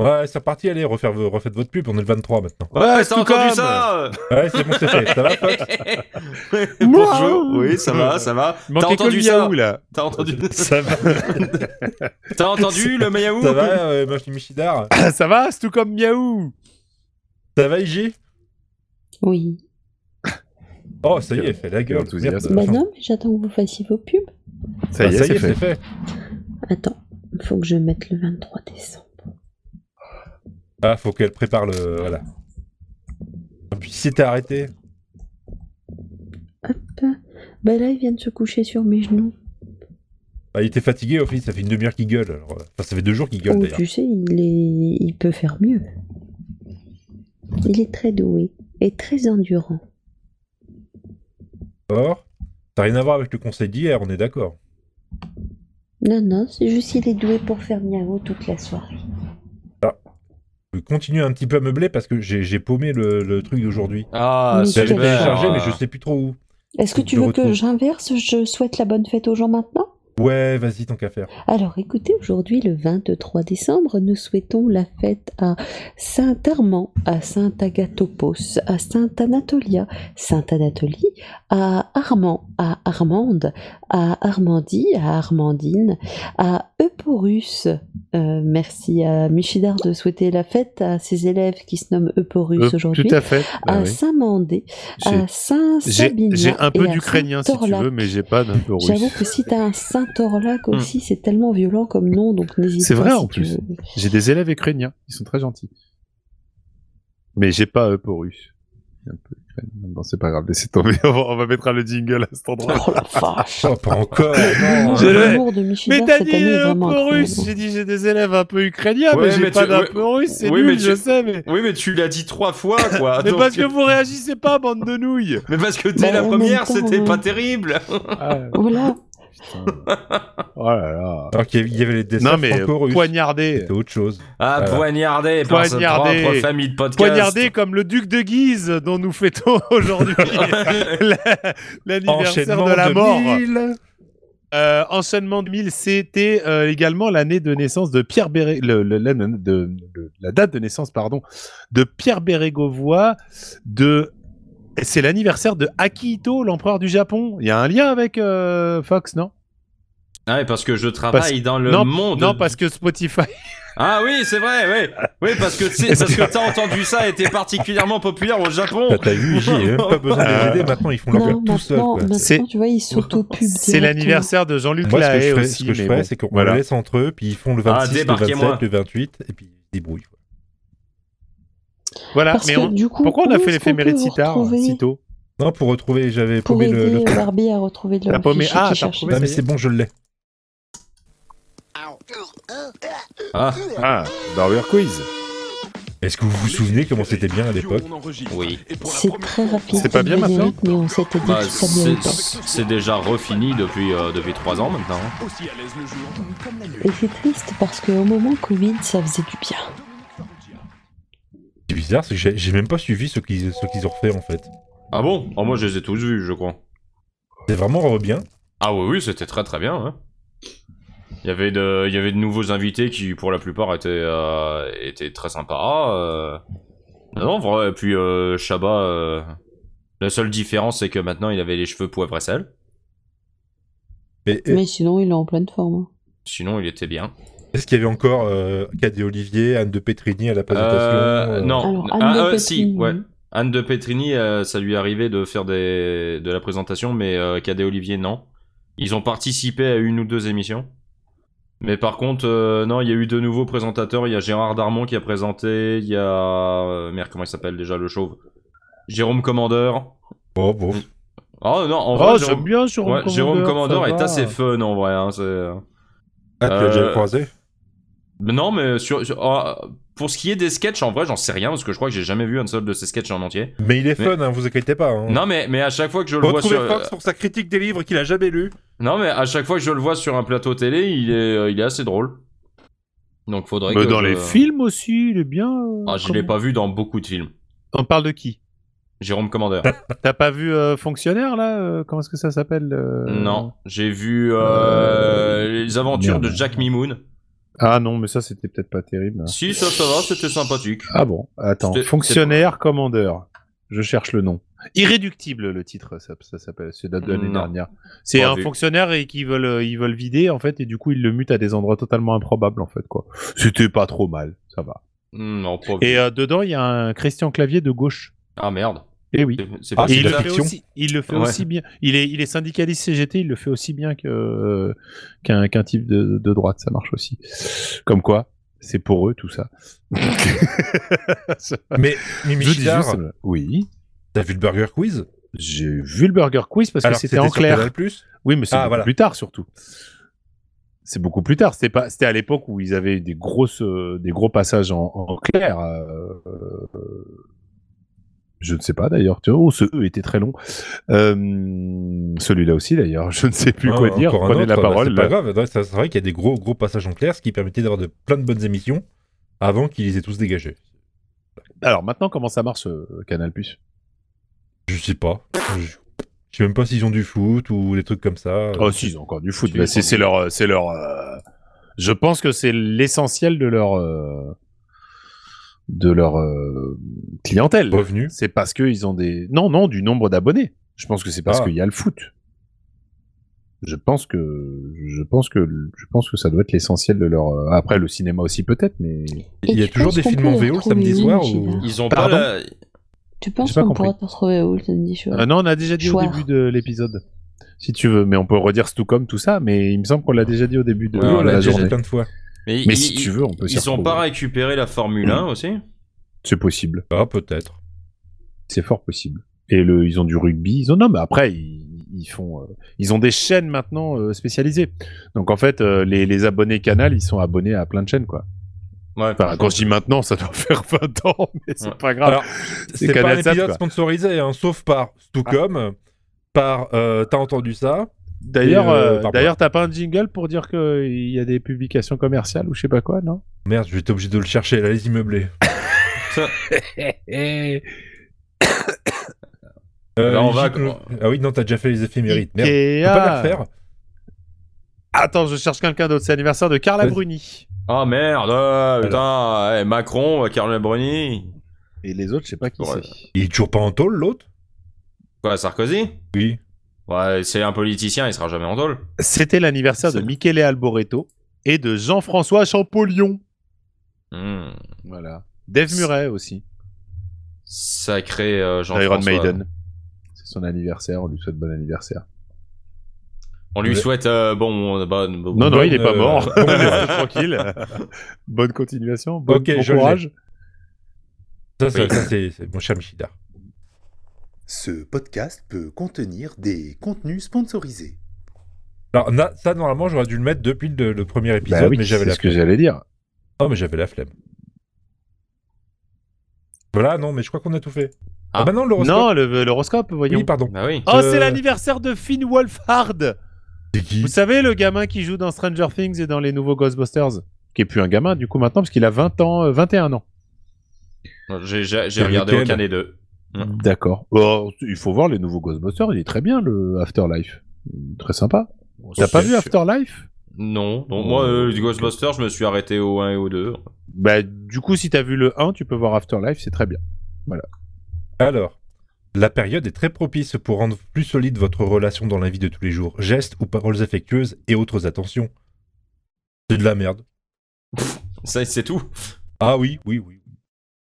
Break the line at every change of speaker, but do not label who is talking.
Ouais, c'est reparti, allez, refaire, refaites votre pub, on est le 23 maintenant.
Ouais, t'as
tout
entendu
comme.
ça
Ouais, c'est bon, c'est fait. Ça va, Fox
Bonjour. Oui, ça va, ça va.
Il
T'as
manquait que
entendu
le
ça
yaou là.
T'as entendu
Ça va,
T'as entendu le Mayaou
ça va, euh, Moshi- Michidar
Ah, ça va, c'est tout comme miaou.
Ça va, IG
Oui.
Oh, ça y est, fait la gueule.
L'enthousiasme.
Bah
Merde.
non, mais j'attends que vous fassiez vos pubs.
Ça
Ah,
y est, c'est fait.
Attends, faut que je mette le 23 décembre.
Ah, faut qu'elle prépare le. Voilà. Et puis si t'es arrêté.
Hop. Bah là, il vient de se coucher sur mes genoux.
Bah, il était fatigué, au fil, ça fait une demi-heure qu'il gueule. alors, euh, Enfin, ça fait deux jours qu'il gueule
Oh,
d'ailleurs.
tu sais, il, est... il peut faire mieux. Il est très doué et très endurant.
Or, ça n'a rien à voir avec le conseil d'hier, on est d'accord.
Non, non, c'est juste qu'il est doué pour faire miaou toute la soirée.
Je continue un petit peu à meubler parce que j'ai j'ai paumé le, le truc d'aujourd'hui.
Ah,
Mais
Je l'avais
Super.
téléchargé, mais je sais plus trop où.
Est-ce que
Je
tu
le
veux
retrouve.
que j'inverse Je souhaite la bonne fête aux gens maintenant
Ouais, vas-y, tant qu'à faire.
Alors écoutez, aujourd'hui le 23 décembre, nous souhaitons la fête à Saint-Armand, à Saint-Agatopos, à Saint-Anatolia, Saint-Anatolie, à Armand, à Armande, à Armandie, à Armandine, à Euporus. Euh, merci à Michidar de souhaiter la fête à ses élèves qui se nomment Euporus
Euh,
aujourd'hui.
Tout à fait.
À
Ah oui.
Saint-Mandé,
J'ai-
à
J'ai
Saint-Sabina.
j'ai un peu
et à
d'ucrainien si tu
Saint-Torlac.
veux, mais j'ai pas d'un peu
J'avoue
russe.
que si t'as un Saint-Orlac aussi, c'est tellement violent comme nom, donc n'hésite pas.
C'est vrai,
si
en
tu
plus.
veux.
J'ai des élèves ukrainiens, ils sont très gentils. Mais j'ai pas eux pour russe. Un peu ukrainien. Bon, c'est pas grave, laissez tomber. On va, on va mettre le jingle à cet endroit.
Oh la vache
Oh, pas encore non.
Je l'ai.
L'humour de Michidar cette année est vraiment incroyable.
dit euh, j'ai des élèves un peu ukrainiens,
Ouais, mais tu- ouais.
russe,
Oui, mais tu-
sais, mais.
Oui, mais tu l'as dit trois fois, quoi. Donc-
vous réagissez pas, bande de nouilles
Mais parce que dès
Bah,
la
en
première,
même temps,
c'était
ouais.
pas terrible. Ah,
Voilà,
Putain. Oh là là
Alors qu'il y avait- il y avait les dessins
Non mais euh,
franco-russes.
poignardé
C'était autre chose.
Ah,
Voilà.
poignardé, par sa
Poignardé.
propre famille de podcast.
Poignardé comme le duc de Guise dont nous fêtons aujourd'hui la- l'anniversaire
Enchaînement
de la mort.
mille.
Euh, enchaînement de 1000, c'était euh, également l'année de naissance de Pierre Béré, le- le- la- de- le- la date de naissance pardon de Pierre Bérégovoy de c'est l'anniversaire de Akihito, l'empereur du Japon. Il y a un lien avec euh, Fox, non
Ah oui, parce que je travaille dans le
non,
monde.
Non, parce que Spotify.
Ah oui, c'est vrai, oui. Oui, parce que, tu sais, parce que t'as entendu ça était particulièrement populaire au Japon.
Bah, T'as vu, IG, même pas besoin de
Ah.
les aider, maintenant ils font leur
non,
gueule tout seuls.
maintenant, bah,
quoi.
maintenant
C'est-
tu vois, ils s'autopub.
C'est l'anniversaire de Jean-Luc
Moi, ce que je
Lahaye
ferais,
aussi.
ce que je
mais
ferais,
bon.
c'est qu'on
Voilà.
les laisse entre eux, puis ils font le
Ah,
26, le
débarquez-moi.
27, le 28, et puis ils se débrouillent.
Voilà,
Parce
mais
que
on-
du coup,
pourquoi on a
comment
fait
est-ce
l'éphéméride
qu'on peut
si
vous
tard, hein,
retrouver
si tôt
Non, pour retrouver, j'avais
Pour
paumé
aider
le, le truc.
Barbie à retrouver le
T'as paumé-
fichier
Ah,
qu'il
t'as
cherchait.
retrouvé-
Non, mais c'est bon, je l'ai.
Ah,
Ah, Barber Quiz.
Est-ce que vous vous souvenez comment c'était bien à l'époque
Ah, oui.
C'est très rapide.
C'est pas bien
le
maintenant
générique, Mais on s'était dit
Bah,
que ça hein.
c'est
méritait.
c'est déjà refini depuis, euh, depuis trois ans maintenant. hein.
Et c'est triste parce qu'au moment Covid, ça faisait du bien.
C'est bizarre, c'est que j'ai- j'ai même pas suivi ce qu'ils ce qu'ils ont refait en fait.
Ah bon Oh, Moi, je les ai tous vus, je crois.
C'est vraiment euh, bien.
Ah oui, oui, c'était très très bien. hein. Il, y avait de, il y avait de nouveaux invités qui, pour la plupart, étaient, euh, étaient très sympas. euh. Non, Non, vrai. Et puis, euh, Shabba, euh, la seule différence, c'est que maintenant, il avait les cheveux poivre et sel.
Mais et-
Mais sinon, il est en pleine forme. hein.
Sinon, il était bien.
est-ce qu'il y avait encore euh, Cadet Olivier, Anne de Petrini à la présentation
Euh,
euh,
non.
Alors, Anne
Ah,
de
euh, si,
Petrini.
ouais. Anne de Petrini, euh, ça lui arrivait de faire des... de la présentation, mais euh, Cadet Olivier, non. Ils ont participé à une ou deux émissions. Mais par contre, euh, non, il y a eu de nouveaux présentateurs. Il y a Gérard Darmon qui a présenté. Il y a. euh, Merde, comment il s'appelle déjà le chauve Jérôme Commandeur.
Oh, bon.
Oh non, en vrai,
Oh,
Jérôme...
j'aime bien Jérôme
Ouais, Jérôme Commandeur
ça
est
va.
assez fun en vrai. hein, c'est-
Ah, tu l'as
Euh,
déjà croisé
Mais Non, mais sur... sur- ah, pour ce qui est des sketchs, en vrai, j'en sais rien parce que je crois que j'ai jamais vu un seul de ces sketchs en entier.
Mais il est
mais-
fun, hein, vous inquiétez pas. hein.
Non mais, mais à chaque fois que je le vois
Retrouvez
sur
Fox pour sa critique des livres qu'il a jamais lus.
non mais à chaque fois que je le vois sur un plateau télé, il est euh, il est assez drôle. Donc faudrait
Mais
que
dans
je-
les films aussi, il est bien. euh,
euh, Ah, je
comment-
l'ai pas vu dans beaucoup de films.
On parle de qui
Jérôme Commandeur.
T'as pas vu euh, Fonctionnaire là euh, Comment est-ce que ça s'appelle euh
Non, j'ai vu euh,
Euh,
les aventures
merde.
de Jack Mimoun.
Ah non, mais ça, c'était peut-être pas terrible.
Si, ça, ça va, c'était sympathique.
Ah bon, attends.
C'était-
Fonctionnaire, commandeur. Je cherche le nom. Irréductible, le titre, ça, ça s'appelle. C'est date de l'année
Non.
dernière. C'est
Pas
un
vu.
fonctionnaire et qu'ils veulent, euh, ils veulent vider, en fait, et du coup, ils le mutent à des endroits totalement improbables, en fait, quoi. C'était pas trop mal, ça va.
Hmm, Non, pas
Et euh, dedans, il y a un Christian Clavier de gauche.
Ah merde.
Eh oui.
C'est- C'est
Ah,
pas
Et
c'est
il,
de
le
la
bizarre.
fait
fiction.
aussi, il le fait
Ouais.
aussi bien. Il est, il est syndicaliste CGT, il le fait aussi bien que, euh, qu'un qu'un type de, de droite, ça marche aussi. Comme quoi, c'est pour eux tout ça.
Mais
Je
Mimi
dis juste-
Chidar,
oui,
t'as vu le Burger Quiz
j'ai vu le Burger Quiz parce
Alors
que c'était en
sur
clair.
Canal+.
Oui, mais c'est
Ah,
beaucoup
voilà.
plus tard surtout. C'est beaucoup plus tard. C'était pas, c'était à l'époque où ils avaient des grosses, euh, des gros passages en, en clair. euh, euh, je ne sais pas d'ailleurs. Tu vois, Oh, ce E était très long. Euh, celui-là aussi d'ailleurs. Je ne sais plus
Ah,
quoi dire.
encore un
Prenez
autre,
la
bah,
parole.
c'est pas grave, Ouais, c'est c'est vrai qu'il y a des gros gros passages en clair, ce qui permettait d'avoir de, plein de bonnes émissions avant qu'ils les aient tous dégagés.
Alors maintenant, comment ça marche euh, Canal Plus
Je sais pas. Je je sais même pas s'ils ont du foot ou des trucs comme ça.
Oh, si, ils ont encore du foot.
Si,
Bah,
ils
c'est
font
c'est leur, euh, c'est leur. euh, je pense que c'est l'essentiel de leur, euh, de leur euh, clientèle.
Revenus.
C'est parce qu'ils ont des. Non, non, du nombre d'abonnés. Je pense que c'est parce
Ah.
qu'il y a le foot. Je pense que je pense que je pense que ça doit être l'essentiel de leur. euh, Après le cinéma aussi peut-être, mais
Il y a
tu
toujours
penses
des
qu'on
films
peut
en
y
VO le samedi
retrouver
soir
Mimi
ou-
Chidar
Ils ont
Pardon
pas la-
Tu penses
pas
qu'on
compris.
pourra te retrouver où le samedi soir
Euh, non, on a déjà dit
Joueur.
au début de l'épisode. Si tu veux, mais on peut redire Stucom tout ça, mais il me semble qu'on l'a déjà dit au début de,
Ouais,
de
on l'a
la
déjà
journée.
plein de fois.
Mais,
Mais
ils-
si tu veux, on peut s'y
Ils ont pas
retrouver. Hmm.
récupéré la Formule 1 aussi
C'est possible,
Ah peut-être.
c'est fort possible. Et le, ils ont du rugby, ils ont non, mais après ils, ils font, euh, ils ont des chaînes maintenant euh, spécialisées. Donc en fait, euh, les, les abonnés Canal, ils sont abonnés à plein de chaînes quoi.
Ouais.
Enfin, Bah, quand je dis maintenant, ça doit faire 20 ans, mais c'est
Ouais.
pas grave.
Alors, C'est pas un
Canal Sat,
épisode
quoi.
sponsorisé, hein, sauf par Stucom, par euh, T'as entendu ça
D'ailleurs,
et, euh,
euh,
pardon.
d'ailleurs, t'as pas un jingle pour dire qu'il y a des publications commerciales ou je sais pas quoi, non
Merde, je vais être obligé de le chercher, là, les immeublés. Euh,
Là, on va-
J- Ah oui, non, t'as déjà fait les éphémérides. Merde. Tu
Ikea.
peux pas la refaire
Attends, je cherche quelqu'un d'autre. C'est l'anniversaire de Carla
Vas-y.
Bruni.
Ah merde, euh, putain, eh, Macron, Carla Bruni.
Et les autres, je sais pas qui
Ouais.
c'est.
Il est toujours pas en tôle, l'autre
Quoi, Sarkozy
Oui.
Ouais, c'est un politicien, il sera jamais en tôle.
C'était l'anniversaire de
C'est-
Michele Alboreto et de Jean-François Champollion.
Hmm.
Voilà. Dave Muret aussi.
Sacré euh, Jean-François.
Iron Maiden. C'est son anniversaire. On lui souhaite bon anniversaire.
On lui
Ouais.
souhaite euh, bon, bonne.
Non, non,
Bonne,
il est pas
euh,
mort.
bonne-
Laisse-le tranquille. Bonne continuation. Bon,
Ok,
bon
je l'ai.
courage.
Ça, ça,
Oui.
ça, c'est c'est mon cher Michidar.
Ce podcast peut contenir des contenus sponsorisés.
Alors, na- ça, normalement, j'aurais dû le mettre depuis le, le premier épisode,
Bah oui,
mais j'avais
c'est
la
ce que
flemme.
j'allais dire.
Oh, mais j'avais la flemme. Voilà, non, mais je crois qu'on a tout fait. Ah,
Ah.
bah non, l'horoscope.
Non, le- l'horoscope, voyons.
Oui, pardon.
Bah oui.
oh,
Euh,
c'est l'anniversaire de Finn Wolfhard.
C'est qui
Vous savez, le gamin qui joue dans Stranger Things et dans les nouveaux Ghostbusters, qui est plus un gamin du coup maintenant parce qu'il a 20 ans, euh, 21 ans.
Euh, J'ai- J'ai j'ai
Et
regardé
lequel
aucun des deux. Mm.
D'accord. Oh, il faut voir les nouveaux Ghostbusters. Il est très bien le Afterlife. Très sympa. T'as pas vu Oh. Afterlife
Non, donc moi, euh, du Ghostbuster, je me suis arrêté au 1 et au 2.
Bah, du coup, si t'as vu le 1, tu peux voir Afterlife, c'est très bien.
Alors, la période est très propice pour rendre plus solide votre relation dans la vie de tous les jours, gestes ou paroles affectueuses et autres attentions. C'est de la merde.
Ça, c'est tout.
Ah oui, oui, oui.